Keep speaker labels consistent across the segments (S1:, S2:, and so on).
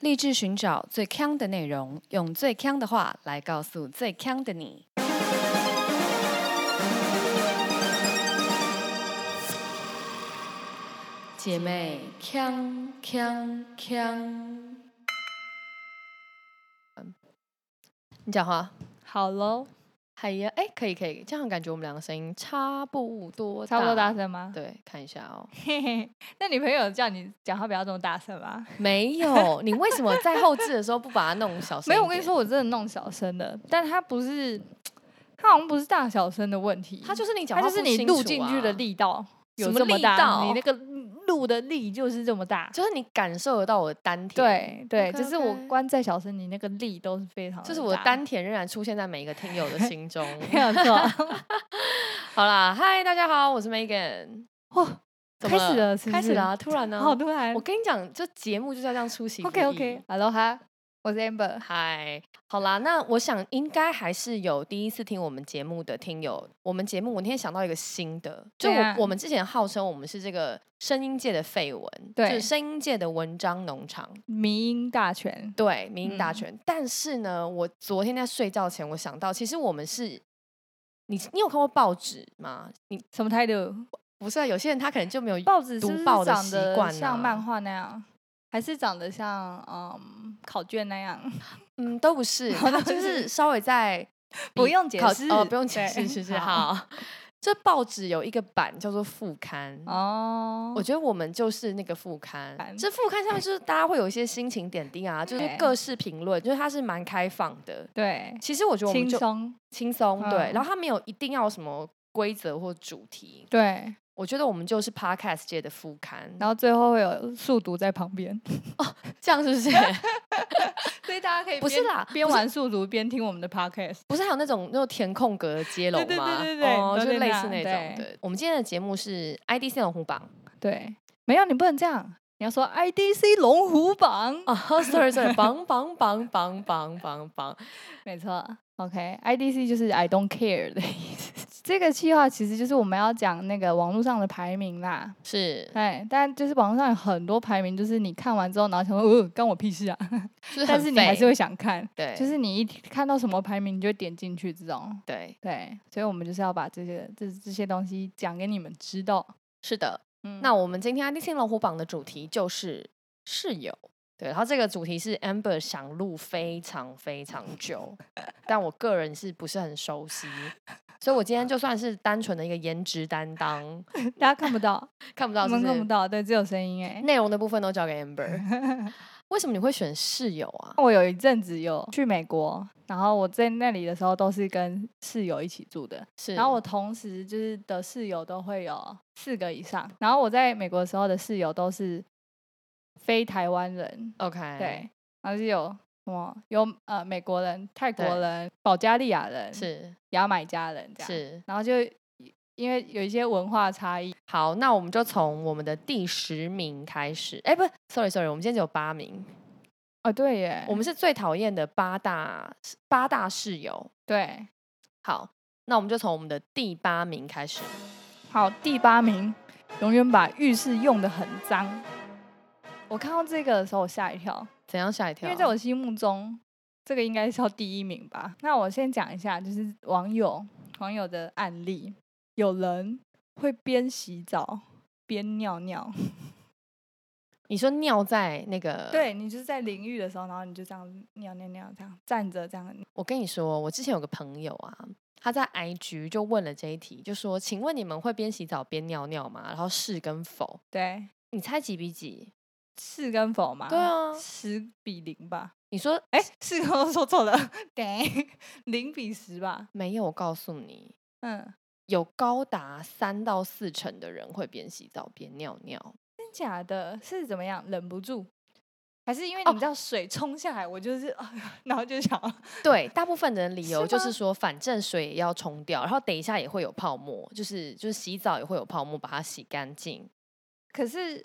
S1: 立志寻找最强的内容，用最强的话来告诉最强的你。姐妹，强强强！你讲话
S2: 好喽，
S1: 海呀，哎、可以可以，这样感觉我们两个声音差不多，
S2: 差不多大。声吗？
S1: 对，看一下哦。
S2: 嘿嘿，那女朋友叫你讲话不要这么大声吗？
S1: 没有，你为什么在后置的时候不把它弄小声？
S2: 没有，我跟你，说，我真的弄小声的，但她不是，她好像不是大小声的问题，
S1: 它就是你讲
S2: 它
S1: 话、
S2: 就是你录进去的，力道有
S1: 啊什么
S2: 这么
S1: 力
S2: 大，
S1: 道
S2: 你那个录的力就是这么大。
S1: 就是你感受得到我的丹田。。
S2: 对对，
S1: OK，OK
S2: 就是我关再小声，你那个力都是非常，
S1: 就是我的 丹，田仍然出现在每一个听友的心 中。
S2: 没有错。
S1: 好啦，嗨，大家好，我是 Megan。
S2: 哇，
S1: 怎
S2: 哦开
S1: 么
S2: 始了是不
S1: 开始
S2: 是
S1: 了啊、突然呢、
S2: 好突然
S1: 我。跟你讲，这节目就是要这样出席。
S2: OK OK，Hello 哈，我是 Amber。
S1: 嗨，好啦，那我想应该还是有第一次听我们节目的听友。我们节目我那天想到一个新的，就我、
S2: 对啊
S1: 我们之前号称我们是这个声音界的绯闻，
S2: 对
S1: 就是声音界的文章农场，
S2: 迷音大全，
S1: 对，民音大
S2: 嗯
S1: 全。但是呢，我昨天在睡觉前，我想到，其实我们是。你你有看过报纸吗？你
S2: 什么态度？
S1: 不是啊，有些人他可能就没有
S2: 报纸是
S1: 读
S2: 不是
S1: 报的
S2: 长
S1: 习惯
S2: 得
S1: 啊
S2: 像漫画那样，还是长得像嗯考卷那 样？
S1: 嗯，都不是，
S2: 好
S1: 他
S2: 都
S1: 就
S2: 不
S1: 是
S2: 是
S1: 稍微在
S2: 不
S1: 比
S2: 用解
S1: 考
S2: 释
S1: 哦，不用解
S2: 对
S1: 释，是是
S2: 好
S1: 好。这报纸有一个版叫做副刊，
S2: 哦，
S1: 我觉得我们就是那个副刊。
S2: 版
S1: 这副刊上面就是大家会有一些心情点滴啊，就是
S2: 对
S1: 各式评论，就是它是蛮开放的。
S2: 对，
S1: 其实我觉得我们
S2: 轻
S1: 就
S2: 松，
S1: 轻松，对，
S2: 嗯
S1: 然后它没有一定要有什么规则或主题。
S2: 对，
S1: 我觉得我们就是 podcast 界的副刊，
S2: 然后最后会有速读在旁边，
S1: 这样是不是？
S2: 所以大家可以
S1: 不是
S2: 边
S1: 啦
S2: 边
S1: 不是
S2: 玩速读边听我们的 podcast。
S1: 不是还有那种那种填空格的接龙吗？
S2: 对对对对对
S1: 哦，
S2: 都
S1: 就是类
S2: 那
S1: 似那种
S2: 对
S1: 的。我们今天的节目是 IDC 龙虎榜
S2: 对，没有你不能这样，你要说 IDC 龙虎榜，
S1: 啊、s o r r y sorry，榜榜榜榜榜榜榜，
S2: 没错，OK，IDC、就是 I don't care 的意思。 这个计划其实就是我们要讲那个网络上的排名啦，
S1: 是
S2: 哎，但就是网络上有很多排名，就是你看完之后，然后想说，呃，干我屁事啊！
S1: 就是很
S2: 但是你还
S1: 废
S2: 是会想看，
S1: 对，
S2: 就是你一看到什么排名，你就会点进去这种。
S1: 对，
S2: 对，所以我们就是要把这些这这些东西讲给你们知道。
S1: 是的。
S2: 嗯，
S1: 那我们今天 IDC 龙虎榜的主题就是室友。对，然后这个主题是 Amber 想录非常非常久，但我个人是不是很熟悉，所以我今天就算是单纯的一个颜值担当，
S2: 大家看 不到，
S1: 看不到
S2: 我
S1: 是不
S2: 们
S1: 是，
S2: 看不到，对，只有声音哎。
S1: 内容的部分都交给 Amber。为 什么你会选室友啊？
S2: 我有一阵子有去美国，然后我在那里的时候都是跟室友一起住的，
S1: 是，
S2: 然后我同时就是的室友都会有四个以上，然后我在美国的时候的室友都是非台湾人，
S1: OK，
S2: 对，然后是有什么有呃美国人、泰国
S1: 对
S2: 人、保加利亚人、
S1: 是
S2: 牙买加人这样，
S1: 是
S2: 然后就因为有一些文化差异，
S1: 好，那我们就从我们的第十名开始。哎，不，sorry sorry，我们今天只有八名，
S2: 哦对耶，
S1: 我们是最讨厌的八大八大室友。
S2: 对
S1: 好，那我们就从我们的第八名开始。
S2: 好第八名，永远把浴室用的很脏。我看到这个的时候，我吓一跳，
S1: 怎样吓一跳？啊
S2: 因为在我心目中，这个应该是要第一名吧。那我先讲一下，就是网友网友的案例，有人会边洗澡边尿尿，
S1: 你说尿在那个，，
S2: 对你就是在淋浴的时候，然后你就这样尿尿尿，这样站着这样。
S1: 我跟你说，我之前有个朋友啊，他在 IG 就问了这一题，就说：“请问你们会边洗澡边尿尿吗？”然后是跟否，
S2: 对，
S1: 你猜几比几？
S2: 是跟否嘛？
S1: 对啊
S2: 十比零吧。
S1: 你说
S2: 哎，是我说错了，对，零比十吧。
S1: 没有？我告诉你，
S2: 嗯，
S1: 有高达三到四成的人会边洗澡边尿尿。
S2: 真假的？是怎么样？忍不住？还是因为
S1: 哦
S2: 你知道水冲下来，我就是， 然后就想要
S1: 对，大部分的人理
S2: 是
S1: 由就是
S2: 吗
S1: 说，反正水也要冲掉，然后等一下也会有泡沫，就是就是洗澡也会有泡沫，把它洗干净。
S2: 可是，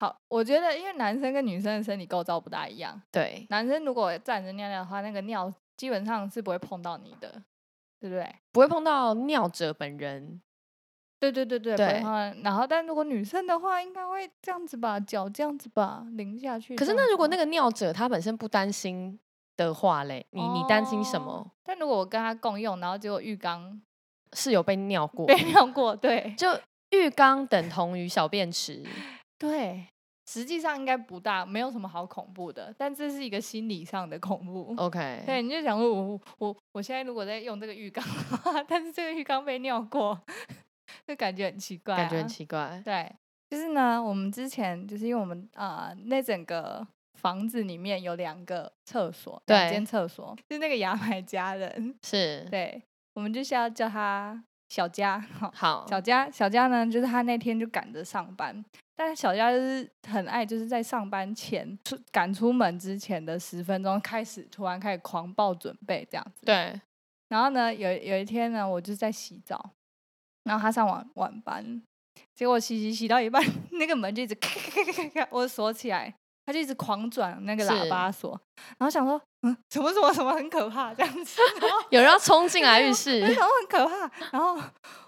S2: 好，我觉得因为男生跟女生的身体构造不大一样，
S1: 对，
S2: 男生如果站着尿尿的话，那个尿基本上是不会碰到你的，对不对？
S1: 不会碰到尿者本人。
S2: 对对对对，不
S1: 对
S2: 然的话然后但如果女生的话，应该会这样子吧，脚这样子吧，淋下去这样
S1: 可
S2: 子吧。
S1: 是那如果那个尿者他本身不担心的话嘞，你你担心什
S2: 哦
S1: 么？
S2: 但如果我跟他共用，然后结果浴缸
S1: 是有被 尿过，
S2: 被尿过，对
S1: 就浴缸等同于小便 池，
S2: 对，实际上应该不大，没有什么好恐怖的，但这是一个心理上的恐怖。
S1: 哦 OK，
S2: 对，你就想说我我我现在如果在用这个浴缸的话， 但是这个浴缸被尿过， 就感觉很奇怪、啊，
S1: 感觉很奇怪。
S2: 对，就是呢，我们之前就是因为我们呃那整个房子里面有两个厕所，两
S1: 对嗯
S2: 间厕所，就是那个牙买加人，
S1: 是，
S2: 对，我们就是要叫他小佳，好，
S1: 好，
S2: 小佳，小佳呢，就是他那天就赶着上班，但是小佳就是很爱，就是在上班前出赶出门之前的十分钟开始，突然开始狂暴准备这样子，
S1: 对，
S2: 然后呢，有有一天呢，我就在洗澡，然后他上晚晚班，结果洗洗洗到一半， 那个门就一直咔咔咔咔咔，我锁起来，他就一直狂转那个喇
S1: 是
S2: 叭锁，然后想说，嗯，什么什么什么很可怕这样子， 然后
S1: 有人要冲进来浴
S2: 我 就
S1: 室，
S2: 想说很可怕，然后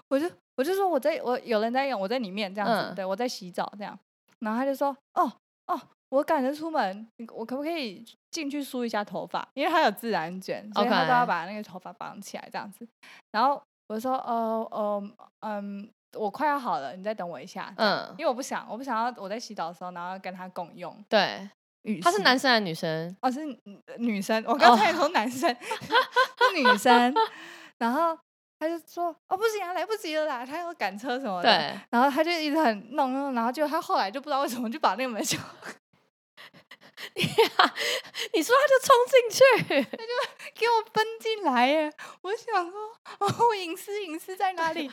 S2: 我就我就说我在我有人在用，我在里面这样子，
S1: 嗯
S2: 对我在洗澡这样，然后他就说，哦哦，我赶着出门，你我可不可以进去梳一下头发？因为他有自然卷，所以他都要
S1: OK
S2: 把那个头发绑起来这样子。然后我就说，呃呃嗯，我快要好了，你再等我一下，这样
S1: 嗯，
S2: 因为我不想我不想要我在洗澡的时候，然后跟他共用
S1: 对，
S2: 浴室。
S1: 他是男生还是女生？
S2: 哦，是女女生，我刚
S1: 哦
S2: 才也说男生， 是女生。然后他就说：“哦，不行啊，来不及了啦，他要赶车什么的。”。
S1: 对，
S2: 然后他就一直很弄弄，然后就他后来就不知道为什么就把那个门就
S1: 你说他就冲进去，
S2: 给我奔进来耶！我想说，哦，隐私隐私在哪里？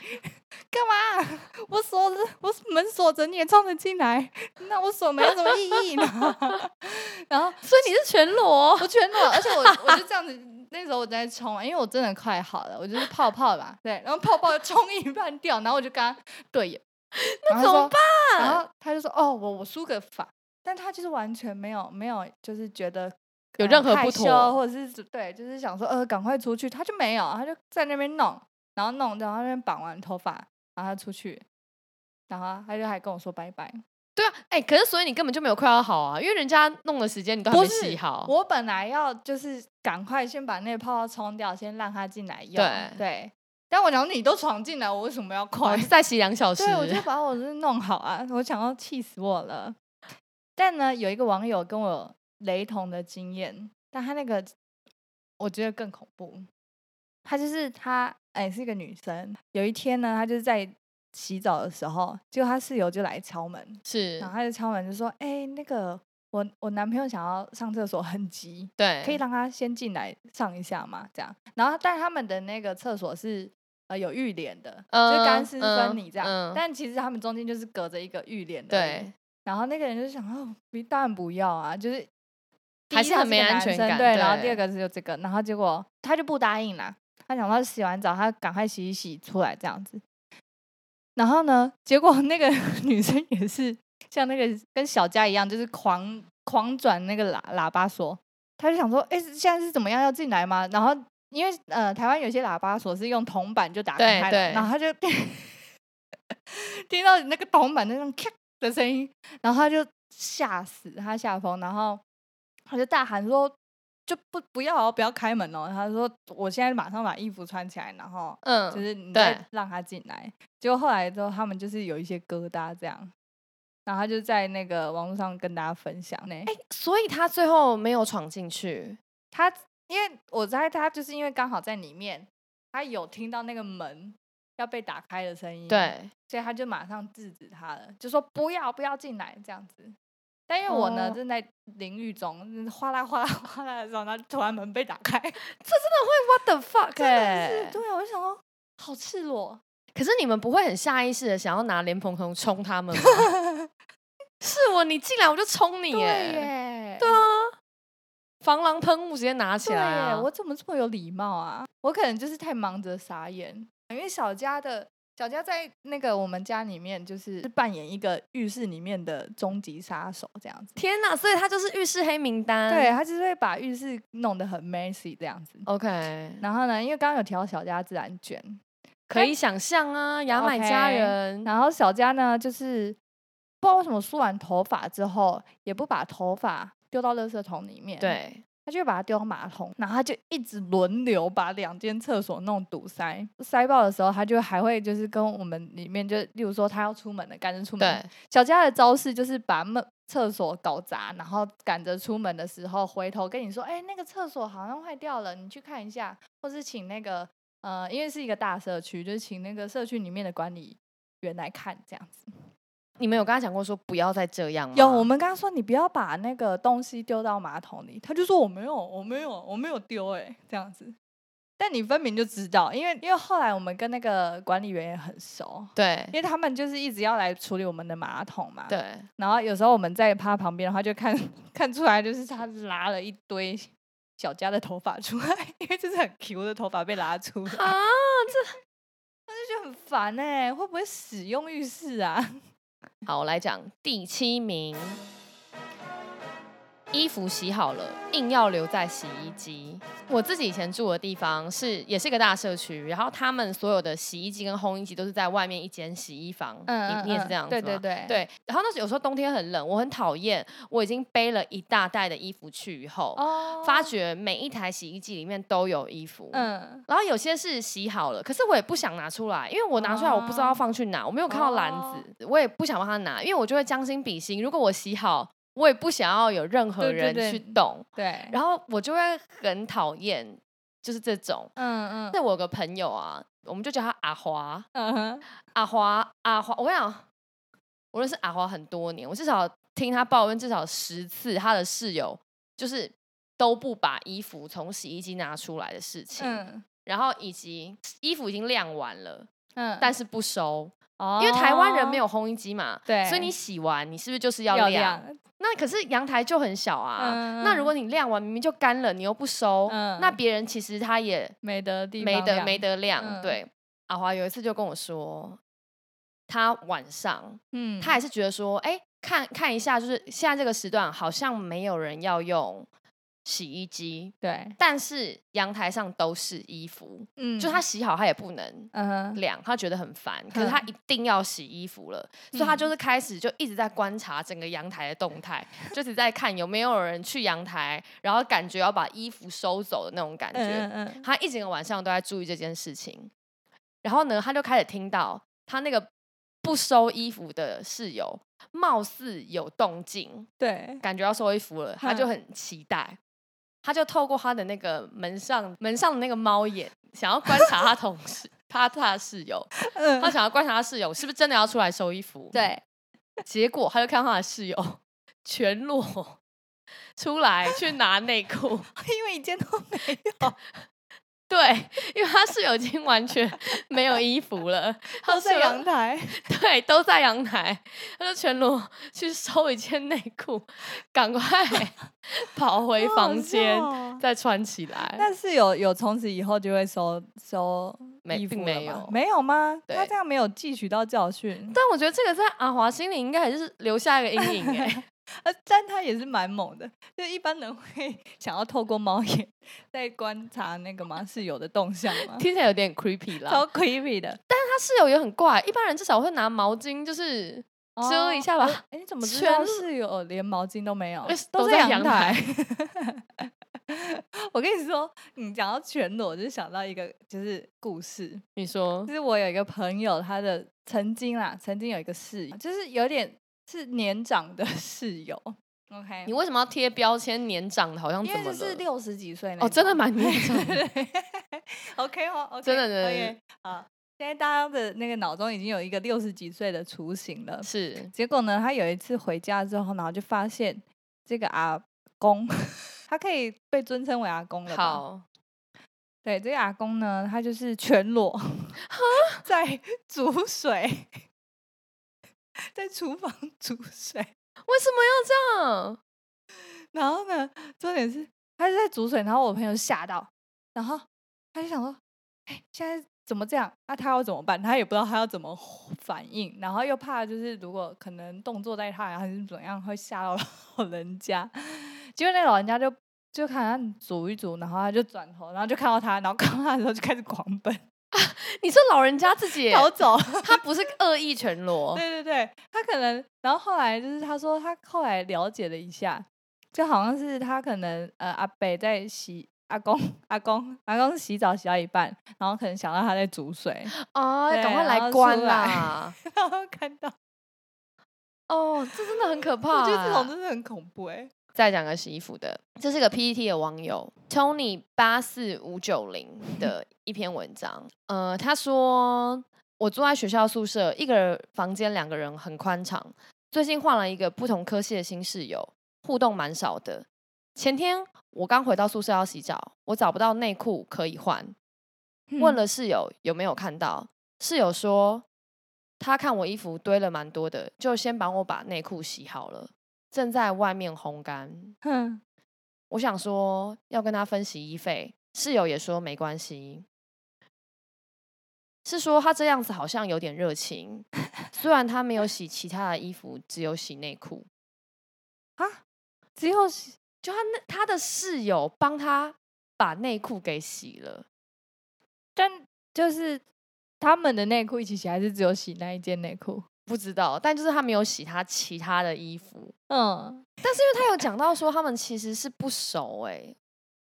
S2: 干嘛？ 我锁着，我门锁着，你也冲着进来，那我锁门有什么意义呢？ 然后
S1: 所以你是全 裸，
S2: 我全裸，而且我我就这样子，那时候我在冲啊，因为我真的快好了，我就是泡泡嘛，对，然后泡泡冲一半掉，然后我就跟他对 眼，那
S1: 怎么
S2: 办然
S1: 办
S2: 后他就说：“哦，我我梳个发。”但他就是完全没有没有，就是觉得
S1: 有
S2: 呃
S1: 任何
S2: 害
S1: 不
S2: 羞
S1: 妥
S2: 或者是对，就是想说呃赶快出去，他就没有，他就在那边弄，然后弄，然后那边绑完头发，然后他出去，然后他就还跟我说拜拜。
S1: 对啊，哎、可是所以你根本就没有快要好啊，因为人家弄的时间你都还没洗好，
S2: 我本来要就是赶快先把那个泡泡冲掉，先让它进来用。
S1: 对
S2: 但我想你都闯进来，我为什么要
S1: 我
S2: 快？
S1: 是再洗两小时，
S2: 对，我就把我这弄好啊！我想要气死我了。但呢，有一个网友跟我有雷同的经验，但他那个我觉得更恐怖。她就是她，哎、是一个女生。有一天呢，她就是在洗澡的时候，结果她室友就来敲门，
S1: 是
S2: 然后他就敲门就说：“哎、那个我我男朋友想要上厕所，很急，
S1: 对，
S2: 可以让他先进来上一下嘛？”这样，然后但他们的那个厕所是呃有浴帘的，就干
S1: 嗯
S2: 湿
S1: 嗯
S2: 分离这样，
S1: 嗯
S2: 但其实他们中间就是隔着一个浴帘的。
S1: 对，
S2: 然后那个人就想：“哦，不当然不要啊，就是。”
S1: 还是很没安全感
S2: 对。然后第
S1: 对
S2: 二个是有这个，然后结果他就不答应啦。他想到洗完澡，他赶快洗一洗出来这样子。然后呢，结果那个 女生也是像那个跟小佳一样，就是狂狂转那个喇喇叭锁。他就想说，哎、现在是怎么样要进来吗？然后因为呃，台湾有些喇叭锁是用铜板就打
S1: 对
S2: 开
S1: 对
S2: 了，然后他就 听到那个铜板那种咔的声音，然后他就吓死，他吓疯，然后他就大喊说：“就不不要哦，不要开门哦！”他说：“我现在马上把衣服穿起来，然后
S1: 嗯，
S2: 就是你
S1: 对
S2: 再让他进来。”结果后来之后，他们就是有一些疙瘩这样，然后他就在那个网络上跟大家分享
S1: 哎
S2: 呢。
S1: 所以他最后没有闯进去，
S2: 他因为我猜他就是因为刚好在里面，他有听到那个门要被打开的声音，，
S1: 对，
S2: 所以他就马上制止他了，就说不要不要进来这样子。但因为我呢、
S1: 哦
S2: 正在淋浴中，哗啦哗啦哗啦的时候，然后突然门被打 开，
S1: What the fuck？
S2: 真的
S1: 欸
S2: 是对，我就想说好赤裸，
S1: 可是你们不会很下意识的想要拿莲蓬头冲他们吗？ 是我，你进来我就冲你
S2: 对
S1: 耶！
S2: 耶，
S1: 对啊，防狼喷雾直接拿起
S2: 对
S1: 来
S2: 耶
S1: 啊！
S2: 我怎么这么有礼貌啊？我可能就是太忙着傻眼，因为小佳的小佳在那个我们家里面就是扮演一个浴室里面的终极杀手这样子，
S1: 天哪！所以他就是浴室黑名单。
S2: 对他就是会把浴
S1: 哦
S2: 室弄得很 messy 这样子。
S1: ，OK，
S2: 然后呢，因为刚刚有调小家自然卷，
S1: 可以想象啊，牙买加
S2: OK，
S1: 人
S2: 然后小佳呢，就是不知道为什么梳完头发之后，也不把头发丢到垃圾桶里面，，
S1: 对，
S2: 他就会把它丢到马桶，然后他就一直轮流把两间厕所弄堵塞，塞爆的时候，他就还会就是跟我们里面就，例如说他要出门了，赶着出门
S1: 对，
S2: 小佳的招式就是把门厕所搞砸，然后赶着出门的时候回头跟你说：“哎、那个厕所好像坏掉了，你去看一下。”或是请那个呃，因为是一个大社区，就是请那个社区里面的管理员来看这样子。
S1: 你们有跟他讲过说不要再这样吗？
S2: 有，我们跟他说你不要把那个东西丢到马桶里，他就说我没有，我没有，我没有丢，哎，这样子。但你分明就知道，因为因为后来我们跟那个管理员也很熟，
S1: 对
S2: 因为他们就是一直要来处理我们的马桶嘛。
S1: 对，
S2: 然后有时候我们在趴旁边的话，就看看出来，就是他拉了一堆小佳的头发出来， 因为就是很 Q 的头发被拉出来，
S1: 啊，
S2: 就觉得很烦哎、会不会使用浴室啊？
S1: 好，我来讲第七名，衣服洗好了，硬要留在洗衣机。我自己以前住的地方是也是个大社区，然后他们所有的洗衣机跟烘衣机都是在外面一间洗衣房，
S2: 嗯
S1: 你你也是这样子
S2: 对
S1: 吗？
S2: 对对
S1: 对，然后那时候有时候冬天很冷，我很讨厌，我已经背了一大袋的衣服去以后，
S2: 哦
S1: 发觉每一台洗衣机里面都有衣服，
S2: 嗯，
S1: 然后有些是洗好了，可是我也不想拿出来，因为我拿出来我不知道
S2: 哦
S1: 要放去哪，我没有看到篮子，我也不想帮他拿，因为我就会将心比心，如果我洗好，我也不想要有任何
S2: 对对
S1: 人
S2: 对
S1: 去动，
S2: 对，
S1: 然后我就会很讨厌，就是这种。
S2: 嗯嗯
S1: 那我有个朋友啊，我们就叫他阿华，
S2: 嗯哼，
S1: 阿华阿华，我跟你讲，我认识阿华很多年，我至少听他抱怨至少十次，他的室友就是都不把衣服从洗衣机拿出来的事情。
S2: 嗯
S1: 然后以及衣服已经晾完了，
S2: 嗯，
S1: 但是不收，
S2: 哦
S1: 因为台湾人没有烘衣机嘛，
S2: 对
S1: 所以你洗完你是不是就是要
S2: 要
S1: 晾？那可是阳台就很小啊，
S2: 嗯
S1: 那如果你晾完明明就干了，你又不收，
S2: 嗯
S1: 那别人其实他也
S2: 没得地
S1: 没
S2: 方
S1: 得
S2: 晾
S1: 没，得晾。
S2: 嗯
S1: 对，阿华有一次就跟我说，他晚上
S2: 嗯，
S1: 他也是觉得说，哎、看看一下，就是现在这个时段好像没有人要用洗衣机，
S2: 对，
S1: 但是阳台上都是衣服，
S2: 嗯，
S1: 就他，洗好他也不能
S2: 嗯哼，
S1: 晾，他觉得很烦，可是他
S2: 嗯
S1: 一定要洗衣服了，所以他
S2: 嗯
S1: 就是开始就一直在观察整个阳台的动态，就是在看有没有人去阳台，然后感觉要把衣服收走的那种感
S2: 嗯嗯
S1: 觉。
S2: 嗯，
S1: 他一整个晚上都在注意这件事情，然后呢，他就开始听到他那个不收衣服的室友貌似有动静，
S2: 对，
S1: 感觉要收衣服了，他就
S2: 嗯
S1: 很期待，他就透过他的那个门上门上的那个猫眼，想要观察他同事他他的室友，
S2: 嗯
S1: 他想要观察他室友是不是真的要出来收衣服。，
S2: 对，
S1: 结果他就看到他的室友全裸出来去拿内裤，
S2: 因为一件都 没有，
S1: 对，因为他室友已经完全没有衣服了，他
S2: 都在
S1: 室
S2: 阳
S1: 友
S2: 台，
S1: 对都在阳台，他就全裸去收一件内裤，赶快 跑回
S2: 好好
S1: 房间。
S2: 笑哦
S1: 再穿起来。
S2: 但是有有从此以后就会收收
S1: 没
S2: 衣服
S1: 并
S2: 了
S1: 没
S2: 吗
S1: 有
S2: 没有吗？他
S1: 对
S2: 这样没有汲取到教训，
S1: 但我觉得这个在阿华心里应该还是留下一个阴影哎、
S2: 呃，但他也是蛮猛的，就一般人会 想要透过猫眼在观察那个吗室友的动向 吗？
S1: 听起来有点 creepy 啦。
S2: 超 creepy 的，
S1: 他室友也很怪，一般人至少会拿毛巾就是遮一
S2: 哦
S1: 下吧。
S2: 哎、你怎么知
S1: 全
S2: 道
S1: 部
S2: 室友连毛巾都没有
S1: 呃？都
S2: 在
S1: 在阳
S2: 台。 我跟你说，你讲到全裸，我就想到一个就是故事，
S1: 你说
S2: 就是我有一个朋友，他的曾经啦，曾经有一个室友，就是有点是年长的 室友。OK，
S1: 你为什么要贴标签年长的，好像
S2: 因
S1: 怎
S2: 为
S1: 么
S2: 就
S1: 了？
S2: 是六十几岁那
S1: 哦，真的
S2: 种
S1: 蛮年长 的。
S2: OK 哦，OK，
S1: 真的真的
S2: OK，好，现在大家的那个脑中已经有一个六十几岁的雏形了。
S1: 是
S2: 结果呢，他有一次回家之后，然后就发现这个阿公，他可以被尊称为阿公了吧？
S1: 好，
S2: 对，这个阿公呢，他就是全裸 在煮水， 在厨房煮水。
S1: 为什么要这样？
S2: 然后呢，重点是他是在煮水，然后我朋友吓到，然后他就想说，哎、现在怎么这样？那、他要怎么办？他也不知道他要怎么反应，然后又怕就是如果可能动作太大还是怎样，会吓到 老人家。结果那老人家就就看他煮一煮，然后他就转头，然后就看到他，然后看到他的时候就开始狂奔。
S1: 你说老人家自己 也
S2: 逃走。
S1: 他不是恶意全裸，
S2: 对对对，他可能，然后后来就是他说他后来了解了一下，就好像是他可能呃阿北在洗阿公阿公阿公洗澡洗到一半，然后可能想到他在煮 水，
S1: 啊，
S2: 对
S1: 赶快
S2: 然后
S1: 来
S2: 出
S1: 关
S2: 来
S1: 啦！
S2: 然后看到，
S1: 哦，这真的很可怕。
S2: 我觉得这种真的很恐怖哎、
S1: 再讲个洗衣服的，这是个 PPT 的网友 Tony 八四五九零的一篇文章。呃，他说我住在学校宿舍，一个房间两个人很宽敞。最近换了一个不同科系的新室友，互动蛮少的。前天我刚回到宿舍要洗澡，我找不到内裤可以换，问
S2: 了，
S1: 了室友有没有看到，室友说他看我衣服堆了蛮多的，就先帮我把内裤洗好了，正在外面烘干。
S2: 嗯哼，
S1: 我想说要跟他分洗衣费，室友也说没关系，是说他这样子好像有点热情，虽然他没有洗其他的衣服，只有洗内裤。
S2: 只有洗
S1: 就他那他的室友帮他把内裤给洗了，
S2: 但就是他们的内裤一起洗，还是只有洗那一件内裤？
S1: 不知道，但就是他没有洗他其他的衣服。
S2: 嗯，
S1: 但是因为他有讲到说他们其实是不熟哎、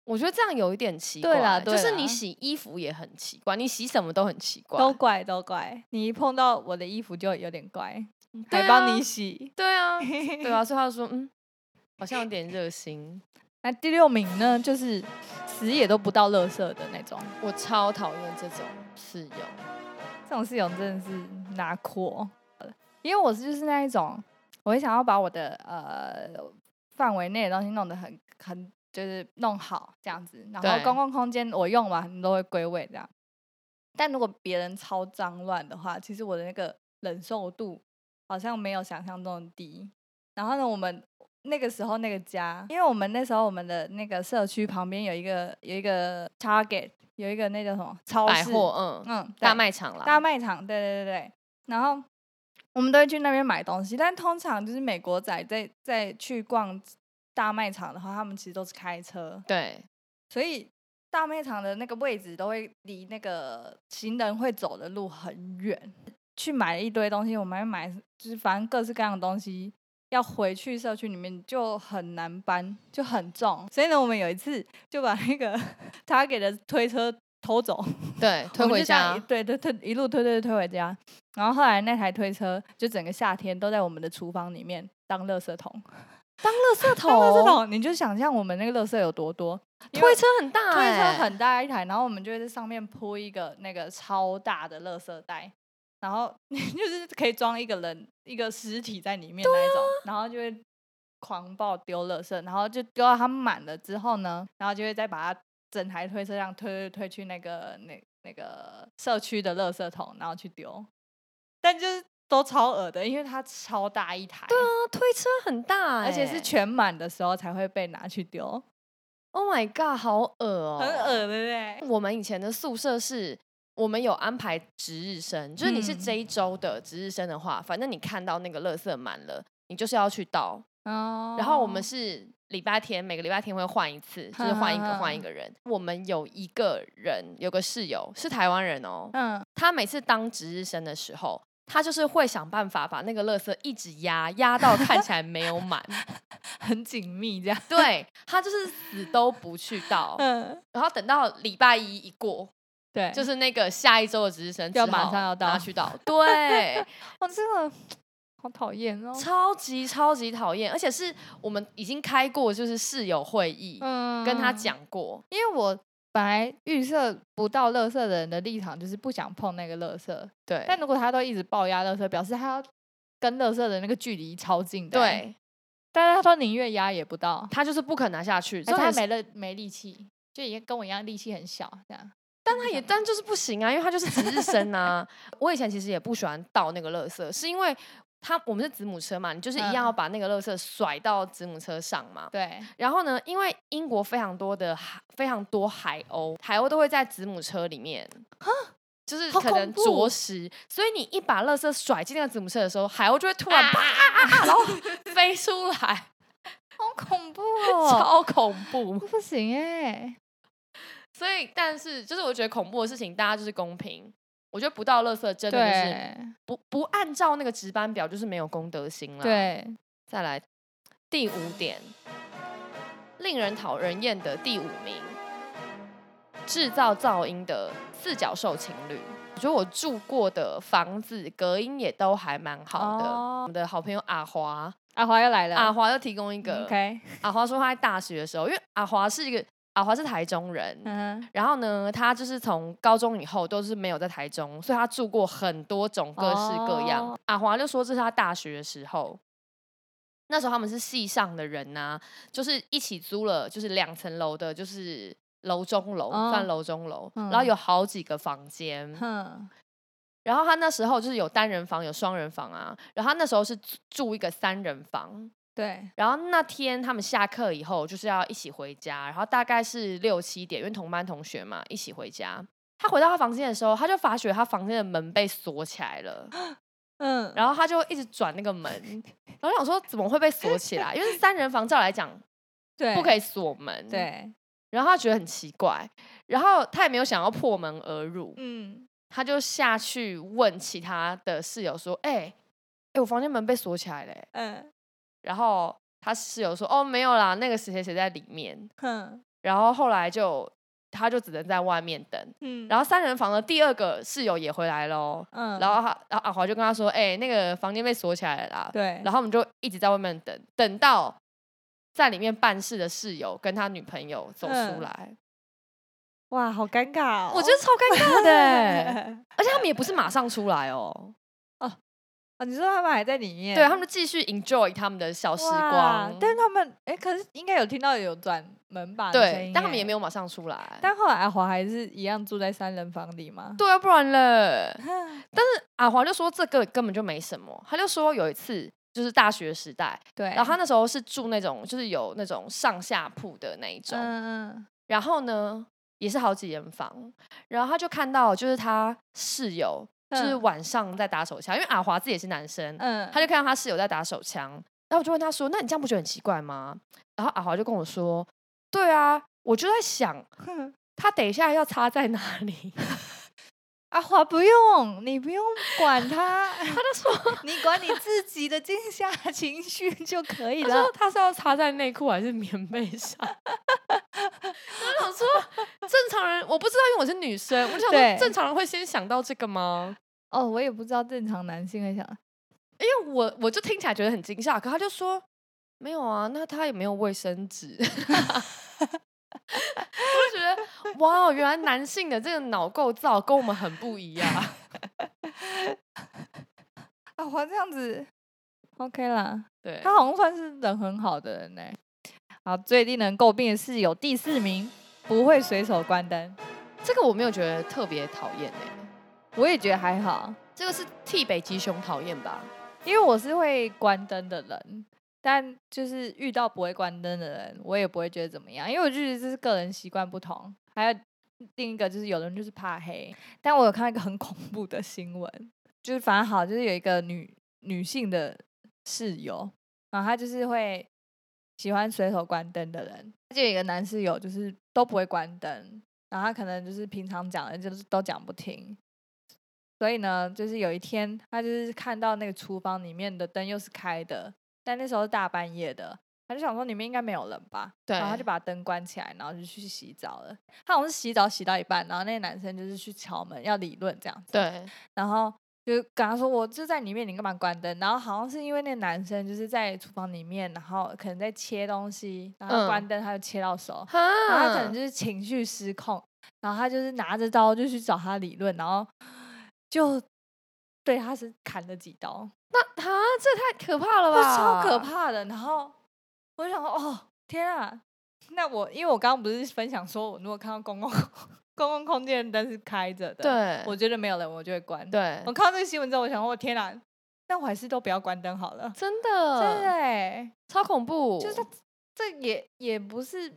S1: 我觉得这样有一点奇怪，
S2: 对啦对
S1: 就是你
S2: 啦
S1: 洗衣服也很奇怪，你洗什么都很奇怪，
S2: 都怪都怪，你一碰到我的衣服就有点怪，
S1: 对
S2: 还帮
S1: 啊
S2: 你 洗。
S1: 对啊，对啊，所以他就说嗯，好像有点 热心，
S2: 那第六名呢，就是死也都不到垃圾的那种，
S1: 我超讨厌这种室友，
S2: 这种室友真的是拿阔。因为我是就是那一种，我会想要把我的呃范围内的东西弄得很很就是弄好这样子，然
S1: 对
S2: 后公共空间我用完都会归位这样。但如果别人超脏乱的话，其实我的那个忍受度好像没有想象中的低。然后呢，我们那个时候那个家，因为我们那时候我们的那个社区旁边有一个有一个 Target，有一个那叫什么超
S1: 百
S2: 市，
S1: 货嗯，
S2: 嗯，
S1: 大
S2: 哦对
S1: 卖场啦，
S2: 大卖场，对对对对。然后我们都会去那边买东西，但通常就是美国仔在在去逛大卖场的话，他们其实都是开车，
S1: 对
S2: 所以大卖场的那个位置都会离那个行人会走的路很远。去买了一堆东西，我们还买就是反正各式各样的东西，要回去社区里面就很难搬，就很重。所以呢，我们有一次就把那个 他给的推车偷走。
S1: 对，推
S2: 我们
S1: 回
S2: 就这样一
S1: 家，
S2: 对对推一路推推推回家。然后后来那台推车就整个夏天都在我们的厨房里面当垃圾桶，
S1: 当垃圾桶，
S2: 当垃圾桶，你就想象我们那个垃圾有多多，因为
S1: 推车很大、
S2: 推车
S1: 欸，
S2: 很大一台，然后我们就会在上面铺一个那个超大的垃圾袋，然后 就是可以装一个人一个尸体在里面那一种，
S1: 啊
S2: 然后就会狂暴丢垃圾，然后就丢到它满了之后呢，然后就会再把它整台推车这样推推推去那个那那个社区的垃圾桶，然后去丢，但就是都超恶的，因为它超大一台，对
S1: 啊，推车很大、欸，
S2: 而且是全满的时候才会被拿去丢，
S1: ，Oh my god，好恶哦、
S2: 很恶，对不对？
S1: 我们以前的宿舍是，我们有安排值日生，就是你是
S2: 嗯
S1: 这一周的值日生的话，反正你看到那个垃圾满了，你就是要去倒。
S2: 哦
S1: 然后我们是礼拜天，每个礼拜天会换一次，就是换一个换一
S2: 嗯嗯嗯
S1: 个人。我们有一个人，有个室友是台湾人哦，
S2: 嗯，
S1: 他每次当值日生的时候。他就是会想办法把那个垃圾一直压压到看起来没有 满，
S2: 很紧密 这样。
S1: 对他就是死都不去倒，
S2: 嗯，
S1: 然后等到礼拜一一过，
S2: 对，
S1: 就是是那个下一周的值日生
S2: 要
S1: 只
S2: 马
S1: 好
S2: 上要
S1: 拿
S2: 到
S1: 去到，对，
S2: 哦，这个好讨厌哦。
S1: 超级超级讨厌，而且是我们已经开过就是室友会议，
S2: 嗯
S1: 跟他，讲过，
S2: 因为我本来预设不到垃圾的人的立场就是不想碰那个垃圾，
S1: 对，
S2: 但如果他都一直爆压垃圾，表示他要跟垃圾的那个距离超近的。，
S1: 对
S2: 但是他都宁愿压也不到，
S1: 他就是不肯拿下去，
S2: 而且
S1: 重
S2: 哎他
S1: 点是
S2: 没了没力气，就也跟我一样力气很小这样。
S1: 但他也但就是不行啊，因为他就是值日生 啊。我以前其实也不喜欢倒那个垃圾，是因为他我们是子母车嘛，你就是一样
S2: 嗯
S1: 要把那个垃圾甩到子母车上嘛，
S2: 对，
S1: 然后呢，因为英国非常多的海非常多海鸥，海鸥都会在子母车里面，就是
S2: 好
S1: 可能
S2: 恐怖
S1: 啄食，所以你一把垃圾甩进那个子母车的时候，海鸥就会突然
S2: 啊
S1: 啪，然后飞出来，
S2: 好恐怖哦，
S1: 超恐怖。
S2: 欸不行哎、
S1: 所以，但是就是我觉得恐怖的事情，大家就是公平。我觉得不到垃圾真的就是
S2: 对
S1: 不不按照那个值班表，就是没有公德心啦。，
S2: 对，
S1: 再来第五点，令人讨人厌的第五名，制造噪音的四角兽情侣。我觉得我住过的房子隔音也都还蛮好的。啊
S2: 哦
S1: 我们的好朋友阿华，
S2: 阿华又来了，
S1: 阿华又提供一个
S2: 嗯 OK，
S1: 阿华说他在大学的时候，因为阿华是一个阿华是台中人，
S2: 嗯哼，
S1: 然后呢，他就是从高中以后都是没有在台中，所以他住过很多种各式各样。
S2: 哦
S1: 阿华就说这是他大学的时候，那时候他们是系上的人呐、就是一起租了就是两层楼的，就是楼中楼、
S2: 哦
S1: 算楼中楼，
S2: 嗯
S1: 然后有好几个房间。
S2: 哼，
S1: 然后他那时候就是有单人房，有双人房啊。然后他那时候是住住一个三人房。
S2: 对，
S1: 然后那天他们下课以后就是要一起回家，然后大概是六七点，因为同班同学嘛，一起回家。他回到他房间的时候，他就发觉他房间的门被锁起来了，
S2: 嗯，
S1: 然后他就一直转那个门，然后我想说怎么会被锁起来？因为三人房照来讲
S2: 对，
S1: 不可
S2: 以，
S1: 以嗯锁门，。
S2: 对，
S1: 然后他觉得很奇怪，然后他也没有想要破门而入，
S2: 嗯，
S1: 他就下去问其他的室友说：“哎、哎、我房间门被锁起来了欸、
S2: 嗯，
S1: 然后他室友说：“哦，没有啦，那个谁谁谁在里面。
S2: 哼，”
S1: 然后后来就他就只能在外面等。
S2: 嗯，
S1: 然
S2: 后，
S1: 后三人房的第二个室友也回来喽。
S2: 嗯，
S1: 然后他，然后阿华就跟他说：“哎、那个房间被锁起来了啦。”
S2: 对，
S1: 然后我们就一直在外面等，等到在里面办事的室友跟他女朋友走出
S2: 嗯
S1: 来，
S2: 哇，好尴尬哦，
S1: 我觉得超尴尬的欸、
S2: 对，
S1: 而且他们也不是马上出来哦，
S2: 哦，你说他们还在里面，
S1: 对他们就继续 enjoy 他们的小时
S2: 哇
S1: 光，
S2: 但是他们，哎，可是应该有听到有转门把的声
S1: 对
S2: 音，
S1: 但他们也没
S2: 有，
S1: 有马上出来，
S2: 但后来阿华还是一样住在三人房里吗？
S1: 对啊，不然嘞。阿华就说这个根本就没什么，他就说有一次就是大学时代，
S2: 对，嗯
S1: 然后他那时候是住那种就是有那种上下铺的那一种，
S2: 嗯嗯，
S1: 然后呢也是好几间房，然后他就看到就是他室友就是
S2: 嗯
S1: 晚上在打手枪，因为阿华自己也是男生，
S2: 嗯，
S1: 他就看到他室友在打手枪，然后我就问他说：“那你这样不觉得很奇怪吗？”然后阿华就跟我说：“对啊，我就在想
S2: 哼
S1: 他等一下要插在哪里。”
S2: 阿华不用，你不用管他，
S1: 他就说
S2: 你管你自己的 惊吓情绪就可：“以
S1: 他
S2: 了
S1: 说。他是要插在内裤还是棉被上？” 然后我想说，正常人我不知道，因为我是女生，我就想说
S2: 对
S1: 正常人会先想到这个吗？
S2: 哦，我也不知道正常男性会想，
S1: 因为我我就听起来觉得很惊吓，可他就说没有啊，那他也没有卫生纸。 我就觉得哇，哦原来男性的这个脑构造跟我们很不一样。
S2: 阿华啊这样子，OK 啦，
S1: 对，
S2: 他好像算是人很好的人呢、好，最令人诟病的是有第四名，不会随手关灯，
S1: 这个我没有觉得特别讨厌哎，
S2: 我也觉得还好，
S1: 这个是替北极熊讨厌吧？
S2: 因为我是会关灯的人。但就是遇到不会关灯的人，我也不会觉得怎么样，因为我就觉得这是个人习惯不同。还有另一个就是有人就是怕黑，但我有看到一个很恐怖的新闻，就是反正好就是有一个女女性的室友，然后她就是会喜欢随手关灯的人，就有一个男室友就是都不会关灯，然后他可能就是平常讲的就是都讲不听，所以呢，就是有一天，他就是看到那个厨房里面的灯又是开的，但那时候是大半夜的，他就想说里面应该没有人吧，然后他
S1: 对
S2: 就把灯关起来，然后就去洗澡了。他好像是洗澡洗到一半，然后那个男生就是去敲门要理论这样子，
S1: 对，
S2: 然后就跟他说我就在里面，你干嘛关灯？然后好像是因为那个男生就是在厨房里面，然后可能在切东西，然后关
S1: 嗯
S2: 灯他就切到手，
S1: 哈，
S2: 然后他可能就是情绪失控，然后他就是拿着刀就去找他理论，然后就对他是砍了几刀，
S1: 那哈，啊这太可怕了
S2: 哇，
S1: 吧？
S2: 超可！怕的。然后我就想说，哦，天啊！那我因为我刚刚不是分享说，我如果看到公共公共空间的灯是开着的，，
S1: 对，
S2: 我觉得没有人，我就会关。，
S1: 对
S2: 我，看到这个新闻之后，我想说，我天啊！那我还是都不要关灯好了。
S1: 真
S2: 真的
S1: 的
S2: 欸，
S1: 超恐怖，
S2: 就是他这也也不是，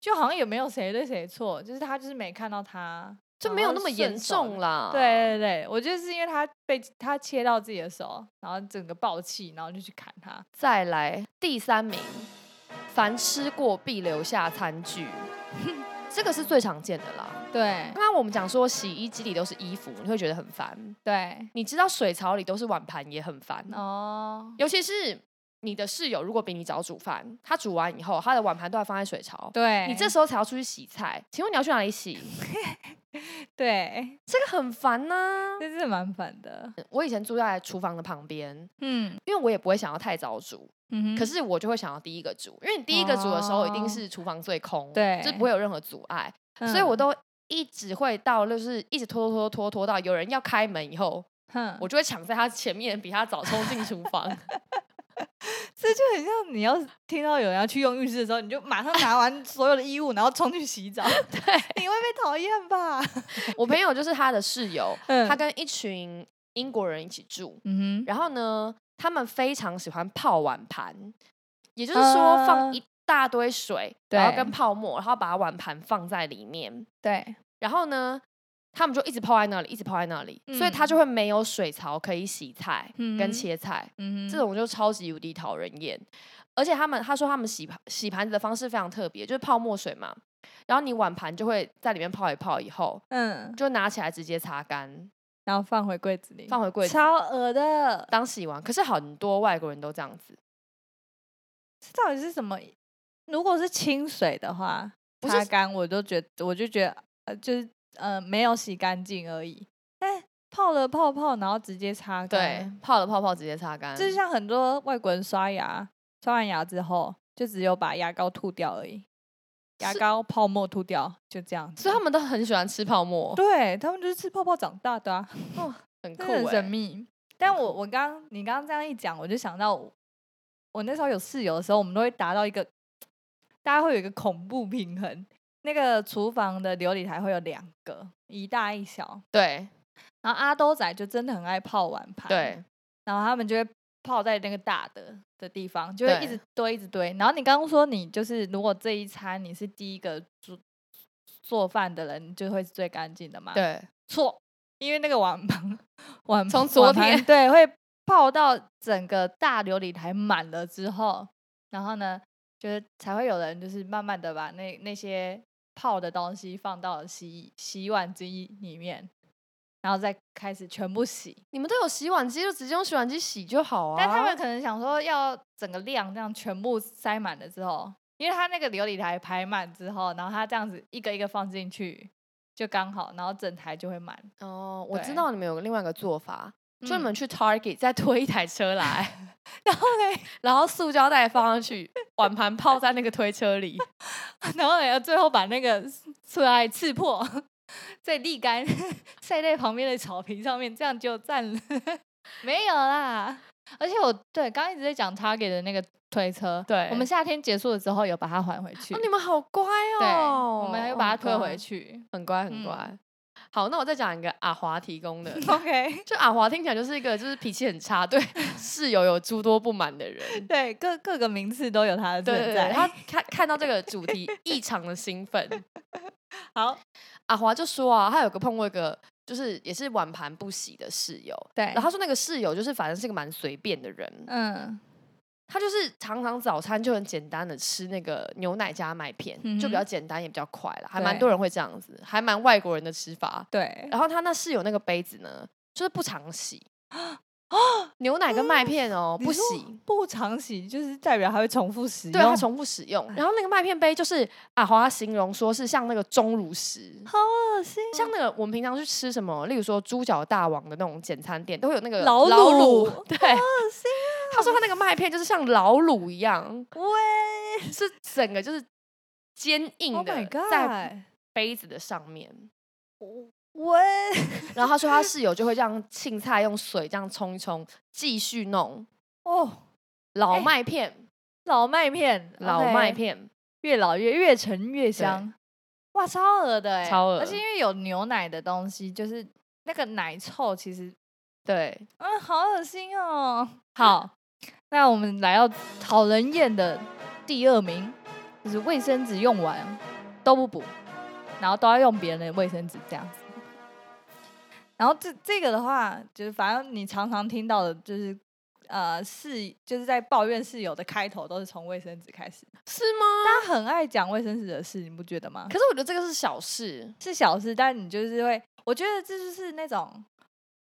S2: 就好像也没有谁对谁错，就是他就是没看到他，
S1: 就
S2: 然
S1: 没有
S2: 后
S1: 那么
S2: 顺
S1: 严
S2: 手
S1: 重啦。
S2: 对对对，我觉得是因为他被他切到自己的手，然后整个爆气，然后就去砍他。
S1: 再 来第三名，凡吃过必留下餐具。这个是最常见的啦。
S2: 对
S1: 刚刚我们讲说洗衣机里都是衣服，你会觉得很烦。
S2: 对，
S1: 你知道水槽里都是碗盘也很烦，
S2: 哦，
S1: 尤其是你的室友如果比你早煮饭，他煮完以后，他的碗盘都还放在水槽，
S2: 对，
S1: 你这时候才要出去洗菜，请问你要去哪里洗？
S2: 对，
S1: 这个很烦呐、
S2: 这是蛮烦的，
S1: 我以前住在厨房的旁边，
S2: 嗯
S1: 因为我也不会想要太早煮，
S2: 嗯哼，
S1: 可是我就会想要第一个煮，因为你第一个煮的时候一定
S2: 哦
S1: 是厨房最空，
S2: 对嗯
S1: 就不会有任何阻碍，所以我都一直会到就是一直拖拖拖拖拖到有人要开门以后，
S2: 哼，
S1: 我就会抢在他前面，比他早冲进厨 房。
S2: 这就很像你要是听到有人要去用浴室的时候，你就马上拿完所有的衣物，然后冲去洗 澡，对，你会被讨厌吧？
S1: 我朋友就是他的室友，
S2: 嗯
S1: 他跟一群英国人一起住，
S2: 嗯
S1: 然后呢，他们非常喜欢泡碗盘，也就是说放
S2: 嗯
S1: 一大堆水，然后
S2: 对
S1: 跟泡沫，然后把碗盘放在里面，
S2: 对，
S1: 然后呢，他们就一直泡在那里，一直泡在那里，所以他
S2: 嗯
S1: 就会没有水槽可以洗菜
S2: 嗯
S1: 跟
S2: 哼
S1: 切菜，
S2: 嗯哼，
S1: 这种就超级无敌讨人厌。而且他们他说他们洗盘洗盘子的方式非常特别，就是泡沫水嘛，然后你碗盘就会在里面泡一泡，以后
S2: 嗯，
S1: 就拿起来直接擦干，
S2: 然后放回柜子里，
S1: 放回柜子
S2: 超恶的，
S1: 当洗完。可是很多外国人都这样子，
S2: 这到底是什么？如果是清水的话，
S1: 不是
S2: 擦干我都觉我就觉得呃，就是呃没有洗干净而已。但泡了泡泡，然后直接擦
S1: 对嗯
S2: 干，，
S1: 泡了泡泡直接擦干，
S2: 就像很多外国人刷牙，刷完牙之后就只有把牙膏吐掉而已，牙
S1: 是
S2: 膏泡沫吐掉，就这样子。
S1: 所以他们都很喜欢吃泡沫，
S2: 对他们就是吃泡泡长大的啊，
S1: 很酷、
S2: 真的很
S1: 欸，
S2: 神秘。但我我刚你刚刚这样一讲，我就想到我我那时候有室友的时候，我们都会达到一个，大家会有一个恐怖平衡。那个厨房的琉璃台会有两个，一大一小。
S1: 对
S2: 然后阿兜仔就真的很爱泡碗盘，
S1: 对，
S2: 然后他们就会泡在那个大的的地方，就会
S1: 对
S2: 一直堆一直堆。然后你刚刚说你就是如果这一餐你是第一个做做饭的人，你就会是最干净的嘛？，
S1: 对，
S2: 错，因为那个碗盘碗
S1: 从昨
S2: 碗盘
S1: 天
S2: 对会泡到整个大琉璃台满了之后，然后呢，就是才会有人就是慢慢的把那那些泡的东西放到洗洗碗机里面，然后再开始全部洗。
S1: 你们都有洗碗机，就直接用洗碗机洗就好啊。
S2: 但他们可能想说要整个量这样全部塞满了之后，因为他那个琉璃台排满之后，然后他这样子一个一个放进去，就刚好，然后整台就会满。
S1: 哦，我知
S2: 对
S1: 道你们有另外一个做法，就你
S2: 嗯
S1: 们去 Target 再推一台车来， 然后嘞，然后塑胶袋放上去，碗盘泡在那个推车 里，
S2: 哦然后呢，最后把那个出来刺破，再沥干，晒在旁边的草坪上面，这样就赞了。 没有啦，而且我对刚刚一直在讲 Target 的那个推车，
S1: 对
S2: 我们夏天结束了之后有把它还回去，
S1: 哦，你们好乖
S2: 对，
S1: 哦，
S2: 我们又
S1: 哦
S2: 把它
S1: 很
S2: 推
S1: 乖
S2: 回去。
S1: 很乖很
S2: 嗯，
S1: 乖。好，那我再讲一个阿华提供的
S2: OK，
S1: 就阿华听起来就是一个就是脾气很差，对 室友有诸多不满的人。
S2: 对，各各个名次都有它的
S1: 对对
S2: 存
S1: 对，
S2: 在。
S1: 他看看到这个主题异常的兴奋，
S2: 好，
S1: 阿华就说啊，他有个碰过一个，就是也是碗盘不洗的室友。
S2: 对，
S1: 然后他说那个室友就是反正是个蛮随便的人，
S2: 嗯
S1: 他就是常常早餐就很简单的吃那个牛奶加麦片，就比
S2: 嗯
S1: 较
S2: 哼
S1: 简单也比较快了，还
S2: 对
S1: 蛮多人会这样子，还蛮外国人的吃法。
S2: 对，
S1: 然后他那室友那个杯子呢，就是不常 洗。牛奶跟麦片哦，
S2: 你
S1: 不
S2: 说
S1: 洗，
S2: 不常洗就是代表它会重复使用，
S1: 对他重复使
S2: 哎
S1: 用。然后那个麦片杯就是阿华形容说是像那个钟乳石，
S2: 好恶心，
S1: 像那个我们平常去吃什么，例如说猪脚大王的那种简餐店，都会有那个
S2: 老
S1: 乳
S2: 卤。
S1: 对，他说他那个麦片就是像老卤一样，
S2: 喂
S1: 是整个就是坚硬
S2: ，Oh
S1: 的
S2: my
S1: 在
S2: god，
S1: 杯子的上面。
S2: 喂，
S1: 然后他说他室友就会这样青菜用水这样冲一冲，继续弄
S2: 哦，
S1: 老
S2: 哎
S1: 麦片，
S2: 老麦片，
S1: 老
S2: OK
S1: 麦片，
S2: 越老越越陈越香，哇，超恶的哎、
S1: 超恶
S2: 而且因为有牛奶的东西，就是那个奶臭，其实
S1: 对，
S2: 嗯，好恶心哦。好，那我们来到讨人厌的第二名，就是卫生纸用完都不补，然后都要用别人的卫生纸这样子。然后这这个的话，就是反正你常常听到的，就是呃室就是在抱怨室友的开头都是从卫生纸开始，
S1: 是吗？
S2: 大家很爱讲卫生纸的事，你不觉得吗？
S1: 可是我觉得这个是小事，
S2: 是小事，但你就是会，我觉得这就是那种，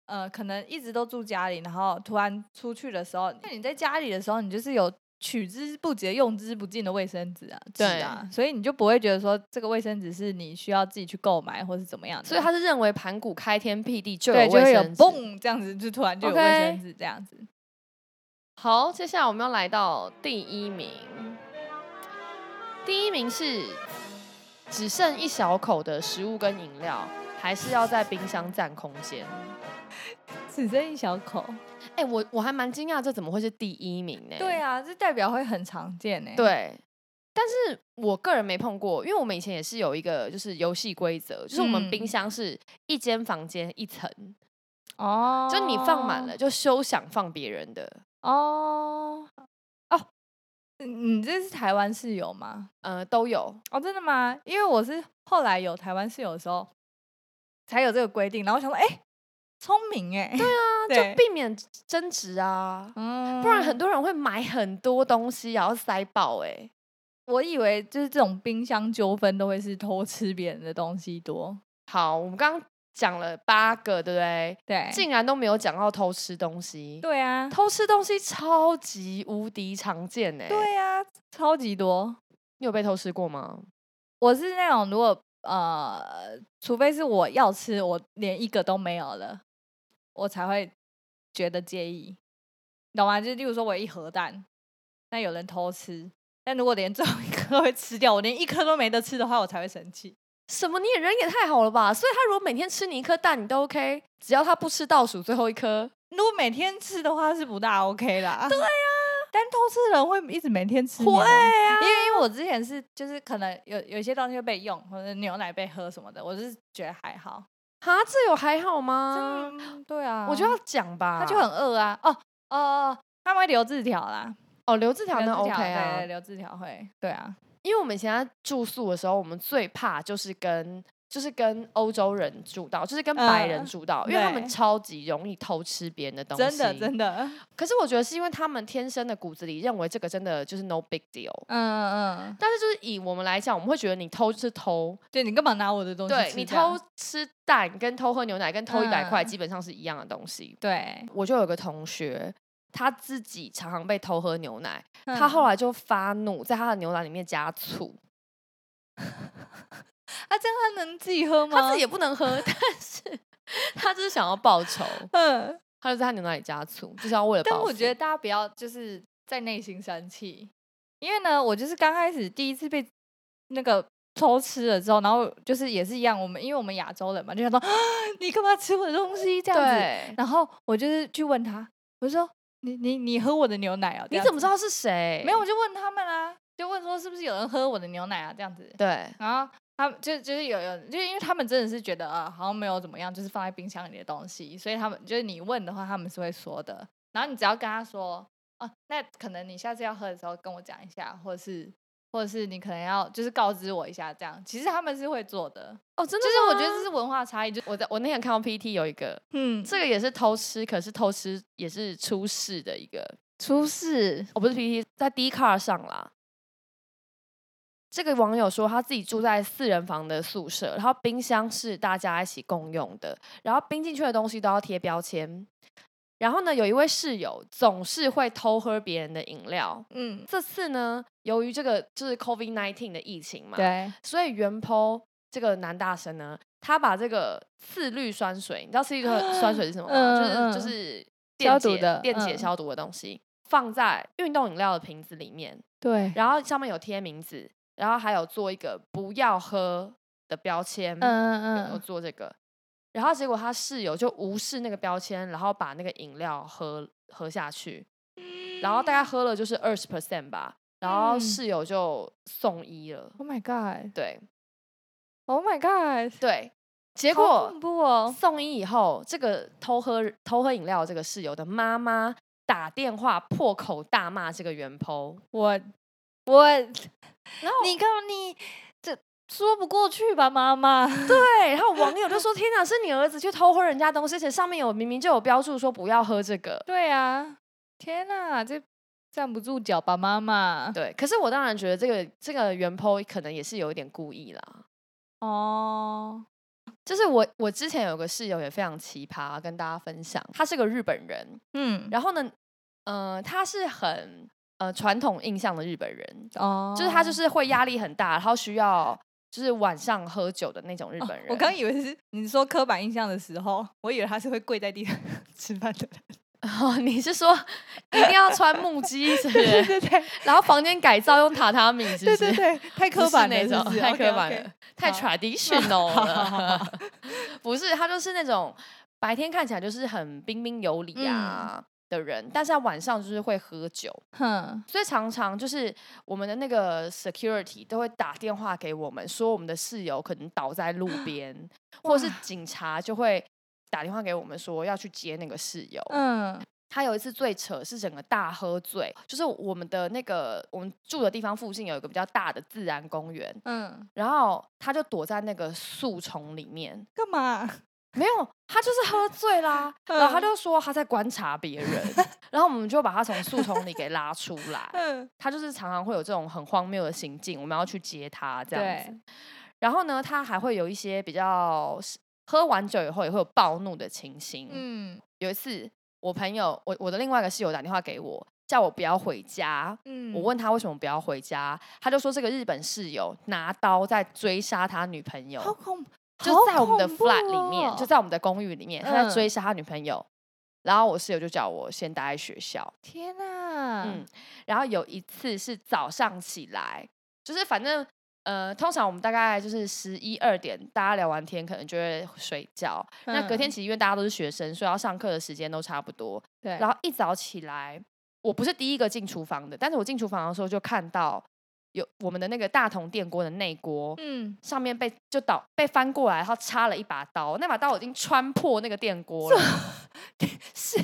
S2: 呃，可能一直都住家里，然后突然出去的时候，因为你在家里的时候，你就是有取之不竭、用之不尽的卫生纸啊，纸
S1: 对
S2: 啊，所以你就不会觉得说这个卫生纸是你需要自己去购买或是怎么样的，
S1: 所以他是认为盘古开天辟地就有
S2: 对就会
S1: 卫
S2: 有
S1: 生纸。
S2: 嘣这样子，就突然就有卫
S1: OK
S2: 生纸这样子。
S1: 好，接下来我们要来到第一名，第一名是只剩一小口的食物跟饮料，还是要在冰箱占空间？
S2: 只剩一小口，
S1: 哎、我我还蛮惊讶，这怎么会是第一名呢、
S2: 对啊，这代表会很常见呢、，
S1: 对，但是我个人没碰过，因为我们以前也是有一个就是游戏规则，就是我们
S2: 嗯
S1: 冰箱是一间房间一层，
S2: 哦，
S1: 就你放满了就休想放别人的。
S2: 哦哦，你这是台湾室友吗？
S1: 呃，都有，
S2: 哦，真的吗？因为我是后来有台湾室友的时候才有这个规定，然后我想说，哎、聪明哎、对啊，
S1: 就避免争执啊，
S2: 嗯
S1: 不然很多人会买很多东西然后塞爆、哎，
S2: 我以为就是这种冰箱纠纷都会是偷吃别人的东西多，
S1: 好，我们刚刚讲了八个，对不对？
S2: 对，
S1: 竟然都没有讲到偷吃东西，
S2: 对啊，
S1: 偷吃东西超级无敌常见呢、哎
S2: 对啊，超级多。
S1: 你有被偷吃过吗？
S2: 我是那种如果呃，除非是我要吃，我连一个都没有了，我才会觉得介意，你懂吗？就是例如说我有一盒蛋，那有人偷吃，但如果连最后一颗都会吃掉，我连一颗都没得吃的话，我才会生气。
S1: 什么？你也人也太好了吧！所以他如果每天吃你一颗蛋，你都 OK，只要他不吃倒数最后一颗。
S2: 如果每天吃的话是不大 OK 啦。对呀、但偷吃的人会一直每天吃你吗，
S1: 啊会啊
S2: 因为因为我之前是就是可能有有一些东西会被用，或者牛奶被喝什么的，我就是觉得还好。
S1: 哈，这有还好吗？
S2: 嗯，对啊，
S1: 我觉得要讲吧，
S2: 他就很饿啊。哦哦、哦他们会留字条啦，
S1: 哦，留字条
S2: 留
S1: 那
S2: 字
S1: OK
S2: 条对，
S1: 啊，
S2: 留字条会，对啊，
S1: 因为我们以前在住宿的时候，我们最怕就是跟就是跟欧洲人住到，就是跟白人
S2: 嗯
S1: 住到，因为他们
S2: 对
S1: 超级容易偷吃别人的东西。
S2: 真的真的，嗯
S1: 可是我觉得是因为他们天生的骨子里认为这个真的就是 no big deal。
S2: 嗯嗯，
S1: 但是就是以我们来讲，我们会觉得你偷就是偷，
S2: 对你干嘛拿我的东西
S1: 对
S2: 吃
S1: 你
S2: 这样
S1: 偷，吃蛋跟偷喝牛奶跟偷一百块
S2: 嗯
S1: 基本上是一样的东西。
S2: 对，
S1: 我就有个同学，他自己常常被偷喝牛奶，他后
S2: 来
S1: 来就发怒，在他的牛奶里面加醋，
S2: 啊，这样他能自己喝吗？
S1: 他自己也不能喝， 但是他就是想要报仇，
S2: 嗯，
S1: 他就在他牛奶里加醋，就是要为了报
S2: 但
S1: 复。
S2: 我觉得大家不要就是在内心生气，因为呢，我就是刚开始第一次被那个。偷吃了之后，然后就是也是一样，我们因为我们亚洲人嘛，就想说、啊、 你干嘛吃我的东西这样子，
S1: 对，
S2: 然后我就是去问他，我就说你你你喝我的牛奶啊？这
S1: 你
S2: 样
S1: 怎么
S2: 子
S1: 知？道是谁？
S2: 没有，我，就问他们啊，就问说是不是有人喝我的牛奶啊？这样子，
S1: 对，
S2: 然后他们就就是有有，就是因为他们真的是觉得啊、好像没有怎么样，就是放在冰箱里的东西，所以他们就是你问的话，他们是会说的。然后你只要跟他说哦，那可能你下次要喝的时候跟我讲一下，或者是或者是你可能要就是告知我一下，这样其实他们是会做的。
S1: 哦，真的
S2: 就是我觉得
S1: 吗
S2: 这是文化差异，就
S1: 我在我那天看到 PT 有一个，
S2: 嗯，
S1: 这个也是偷吃，可是偷吃也是出事的一个，
S2: 出事
S1: 哦，不是 PPT，在 d c a r 上啦。这个网友说他自己住在四人房的宿舍，然后冰箱是大家一起共用的，然后冰进去的东西都要贴标签。然后呢，有一位室友总是会偷喝别人的饮料。
S2: 嗯，
S1: 这次呢，由于这个就是 COVID nineteen 的疫情嘛，
S2: 对，
S1: 所以原 po 这个男大生呢，他把这个次氯酸水，你知道次氯酸酸水是什么吗？
S2: 嗯
S1: 就是就
S2: 嗯
S1: 是
S2: 消
S1: 电
S2: 毒
S1: 解
S2: 的
S1: 电解
S2: 嗯
S1: 消毒的东西，放在运动饮料的瓶子里面，
S2: 对，嗯
S1: 然后上面有贴名字，然后还有做一个不要喝的标签，
S2: 嗯
S1: 有，做这个。然后结果他室友就无视那个标签，然后把那个饮料喝喝下去，然后大概喝了就是二十 percent 吧，然后
S2: 嗯
S1: 室友就送医了。
S2: Oh my god!
S1: 对，
S2: Oh my god!
S1: 对，结
S2: 好
S1: 果
S2: 恐怖哦！
S1: 送医以后，这个偷喝偷喝饮料的这个室友的妈妈打电话破口大骂这个原 po，
S2: 我
S1: 哦
S2: 我，
S1: 然后
S2: 你看你这说不过去吧，妈 妈？
S1: 对，然后网友 就说：“天哪，是你儿子去偷喝人家东西，而且上面有明明就有标注说不要喝这个。
S2: 对啊，”天哪，这站不住脚吧，妈妈？
S1: 对，可是我当然觉得这个这个原 po 可能也是有一点故意啦。
S2: 哦，
S1: 就是我我之前有个室友也非常奇葩，跟大家分享，他是个日本人，
S2: 嗯，
S1: 然后呢，呃，他是很呃传统印象的日本人，
S2: 哦，
S1: 就是他就是会压力很大，然后需要就是晚上喝酒的那种日
S2: 哦
S1: 本人。
S2: 我刚以为是你说刻板印象的时候，我以为他是会跪在地上 吃饭的人。
S1: 哦，你是 说一定要穿木屐是不是？
S2: 对对
S1: 然后房间改造用榻榻米是不
S2: 对
S1: 是？
S2: 对对，太
S1: 不
S2: 刻
S1: 是
S2: 板了
S1: 那
S2: 是
S1: 种
S2: 不是，
S1: 太刻
S2: OK，OK
S1: 板了，太
S2: 好
S1: traditional
S2: 好好好好
S1: 了。 不是，他就是那种白天看起来就是很彬彬有礼啊的人，但是他晚上就是会喝酒，
S2: 哼，
S1: 所以常常就是我们的那个 security 都会打电话给我们，说我们的室友可能倒在路 边，或是
S2: 哇
S1: 警察就会打电话给我们说要去接那个室友。
S2: 嗯，
S1: 他有一次最扯是整个大喝醉，就是我们的那个我们住的地方附近有一个比较大的自然公园，
S2: 嗯，
S1: 然后他就躲在那个树丛里面，
S2: 干嘛？
S1: 没有，他就是喝醉 啦，然后他
S2: 嗯
S1: 就说他在观察别人， 然后我们就把他从树丛里给拉出来。
S2: 嗯，
S1: 他就是常常会有这种很荒谬的行径，我们要去接他这样
S2: 对
S1: 子。，然后呢，他还会有一些比较喝完酒以后也会有暴怒的情形，
S2: 嗯
S1: 有一次，我朋友，我我的另外一个室友打电话给我，叫我不要回家。
S2: 嗯，
S1: 我问他为什么不要回家，他就说这个日本室友拿刀在追杀他女朋友，
S2: 好恐，
S1: 就
S2: 好
S1: 在我们的
S2: 恐怖
S1: flat 里面，就
S2: 哦
S1: 在我们的公寓里面，他在
S2: 嗯
S1: 追杀他女朋友。然后我室友就叫我先待在学校，
S2: 天啊哪，
S1: 嗯，然后有一次是早上起来，就是反正呃，通常我们大概就是十一二点，大家聊完天可能就会睡觉。那隔天
S2: 嗯
S1: 其实因为大家都是学生，所以要上课的时间都差不多。
S2: 对，
S1: 然后一早起来，我不是第一个进厨房的，但是我进厨房的时候就看到有我们的那个大同电锅的内锅。
S2: 嗯，
S1: 上面被就倒被翻过来，然后插了一把刀，那把刀已经穿破那个电锅了，
S2: 是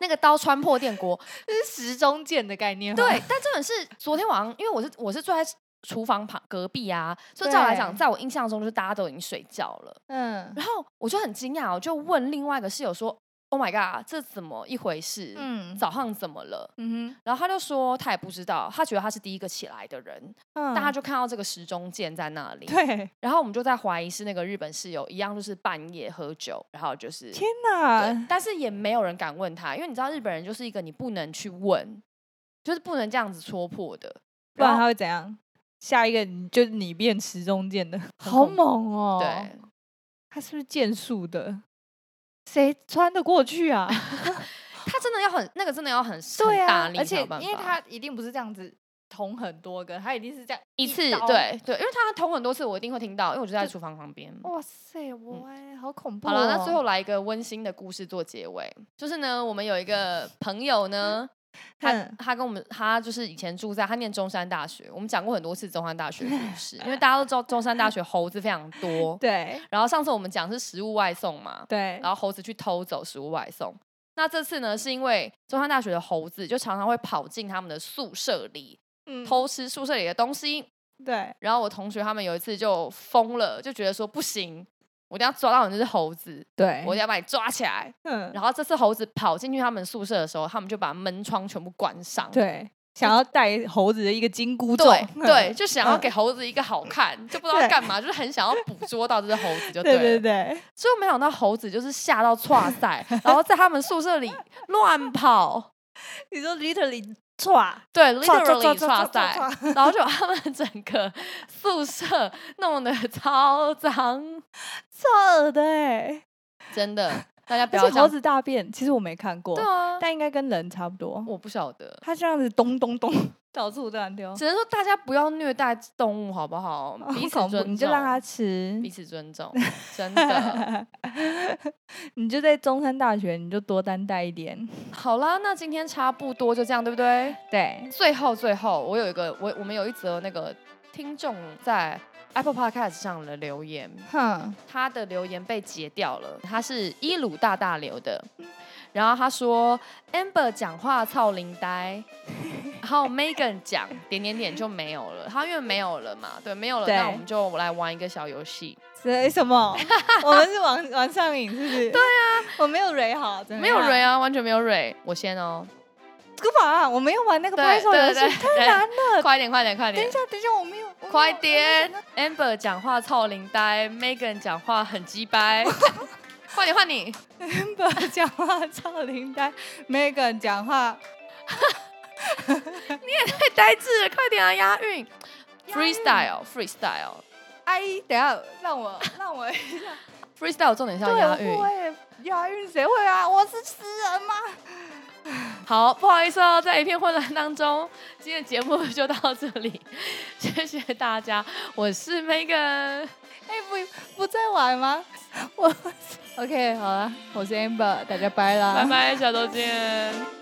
S1: 那个刀穿破电锅，
S2: 这是时钟剑的概念，
S1: 对，，但真的是昨天晚上，因为我是我是住在厨房旁隔壁啊，所以照来讲，
S2: 对
S1: 在我印象中就是大家都已经睡觉了。
S2: 嗯
S1: 然后我就很惊讶，我就问另外一个室友说：“Oh my god，这怎么一回事？
S2: 嗯
S1: 早上怎么了
S2: 嗯？”
S1: 然后他就说他也不知道，他觉得他是第一个起来的人，
S2: 哼，
S1: 大家就看到这个时钟键在那里，
S2: 嗯对，
S1: 然后我们就在怀疑是那个日本室友一样，就是半夜喝酒，然后就是
S2: 天
S1: 对
S2: 哪，
S1: 但是也没有人敢问他，因为你知道日本人就是一个你不能去问，就是不能这样子戳破的。
S2: 不然
S1: 然
S2: 他
S1: 后
S2: 会怎样？下一个你就是你变时钟剑的，
S1: 很
S2: 好
S1: 恐怖
S2: 猛哦！
S1: 对，，
S2: 他是不是剑术的？谁穿得过去啊？
S1: 他真的要很那个，真的要很很
S2: 对
S1: 大
S2: 啊，
S1: 力
S2: 而
S1: 才
S2: 且
S1: 有办
S2: 因为
S1: 法
S2: 他一定不是这样子捅很多个，他一定是这样
S1: 一次
S2: 刀。
S1: 对对，因为他捅很多次，我一定会听到，因为我就在
S2: 就哦
S1: 厨房旁边。
S2: 哇塞，我哎好恐怖！
S1: 嗯好了，那最后，来一个温馨的故事做结尾，就是呢，我们有一个朋友呢，他
S2: 嗯，
S1: 他跟我们，他就是以前住在他念中山大学，我们讲过很多次中山大学的故事，因为大家都知道中山大学猴子非常多
S2: 对
S1: 然后上次我们讲是食物外送嘛，
S2: 对
S1: 然，后猴子去偷走食物外送。那这次呢，是因为中山大学的猴子就常常会跑进他们的宿舍里
S2: 嗯
S1: 偷吃宿舍里的东西，
S2: 对
S1: 然后我同学他们有一次就疯了，就觉得说不行，我一定要抓到你这只猴子，
S2: 对，
S1: 我一定要把你抓起来。
S2: 哎嗯
S1: 然后这次猴子跑进去他们宿舍的时候，他们就把门窗全部关上。
S2: 对，想要带猴子的一个金箍咒，
S1: 对
S2: 嗯
S1: 对，就想要
S2: 嗯
S1: 给猴子一个好看，就不知道
S2: 对
S1: 干嘛，就是很想要捕捉到这只猴子就
S2: 对
S1: 了。
S2: 对对，
S1: 结果没想到猴子就是吓到 岔赛，然后在他们宿舍里乱跑，
S2: 你说 literally 抓
S1: 对
S2: 抓抓抓
S1: ，literally
S2: 抓
S1: 岔
S2: 抓
S1: 赛。
S2: 抓，
S1: 然后就把他们整个宿舍弄得超 脏，
S2: 错的哎，
S1: 真的，大家不
S2: 而
S1: 要这
S2: 且猴
S1: 样
S2: 子大便，其实我没看过
S1: 对，啊，
S2: 但应该跟人差不多，
S1: 我不晓得，
S2: 它这样子咚咚咚到处乱丢，
S1: 只能说大家不要虐待动物，好不好？
S2: 好
S1: 彼此
S2: 哦恐
S1: 尊
S2: 怖
S1: 重，
S2: 你就让它吃
S1: 彼，此尊重，真 的。
S2: 你就在中山大学，你就多担待一点，
S1: 好啦，那今天差不多就这样，对不对？
S2: 对，
S1: 最后，最后，我有一个，我我们有一则那个听众在 Apple Podcast 上的留言，
S2: 哼，
S1: 他的留言被截掉了，他是伊鲁大大留的。然后他说，Amber 讲话操灵呆， 然后 Megan 讲点点点就没有了。他因为没有了嘛，对，没有了，
S2: 对
S1: 那我们就来玩一个小游戏。
S2: 这什么？ 我们是玩玩上瘾是不是？对啊，我没有蕊好，真的
S1: 没有
S2: 吗
S1: 蕊啊，完全没有蕊。我先哦，
S2: 干嘛、我没有玩那个
S1: 对
S2: 拍手游
S1: 对
S2: 戏，
S1: 对
S2: 太
S1: 对
S2: 难了。
S1: 快点，快点，快
S2: 等一
S1: 点
S2: 下，，等一下，我没有，我没有
S1: 快点！！Amber 讲话超灵呆，Megan 讲话很鸡 掰。快点换你，
S2: 原本讲话超灵呆，Megan 讲话
S1: 太呆滞了，快点啊！押韵
S2: 韵
S1: ，freestyle，freestyle，freestyle，
S2: 阿姨，等一下让我让我
S1: 重点是要
S2: 对我
S1: 押韵
S2: 不。会押韵，谁会啊？我是诗人吗？
S1: 好，不好意思哦，在一片混乱当中，今天的节目就到这里， 谢谢大家，我是 Megan，
S2: 哎、不不在玩吗？ 我 OK 好了，我是 Amber，大家拜啦，
S1: 拜拜，下周见。